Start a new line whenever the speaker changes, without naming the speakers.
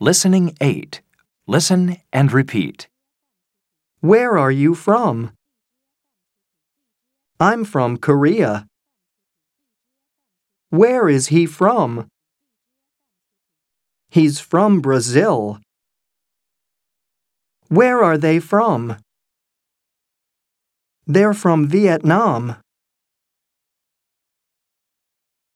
Listening 8. Listen and repeat.
Where are you from? I'm from Korea. Where is he from? He's from Brazil. Where are they from? They're from Vietnam.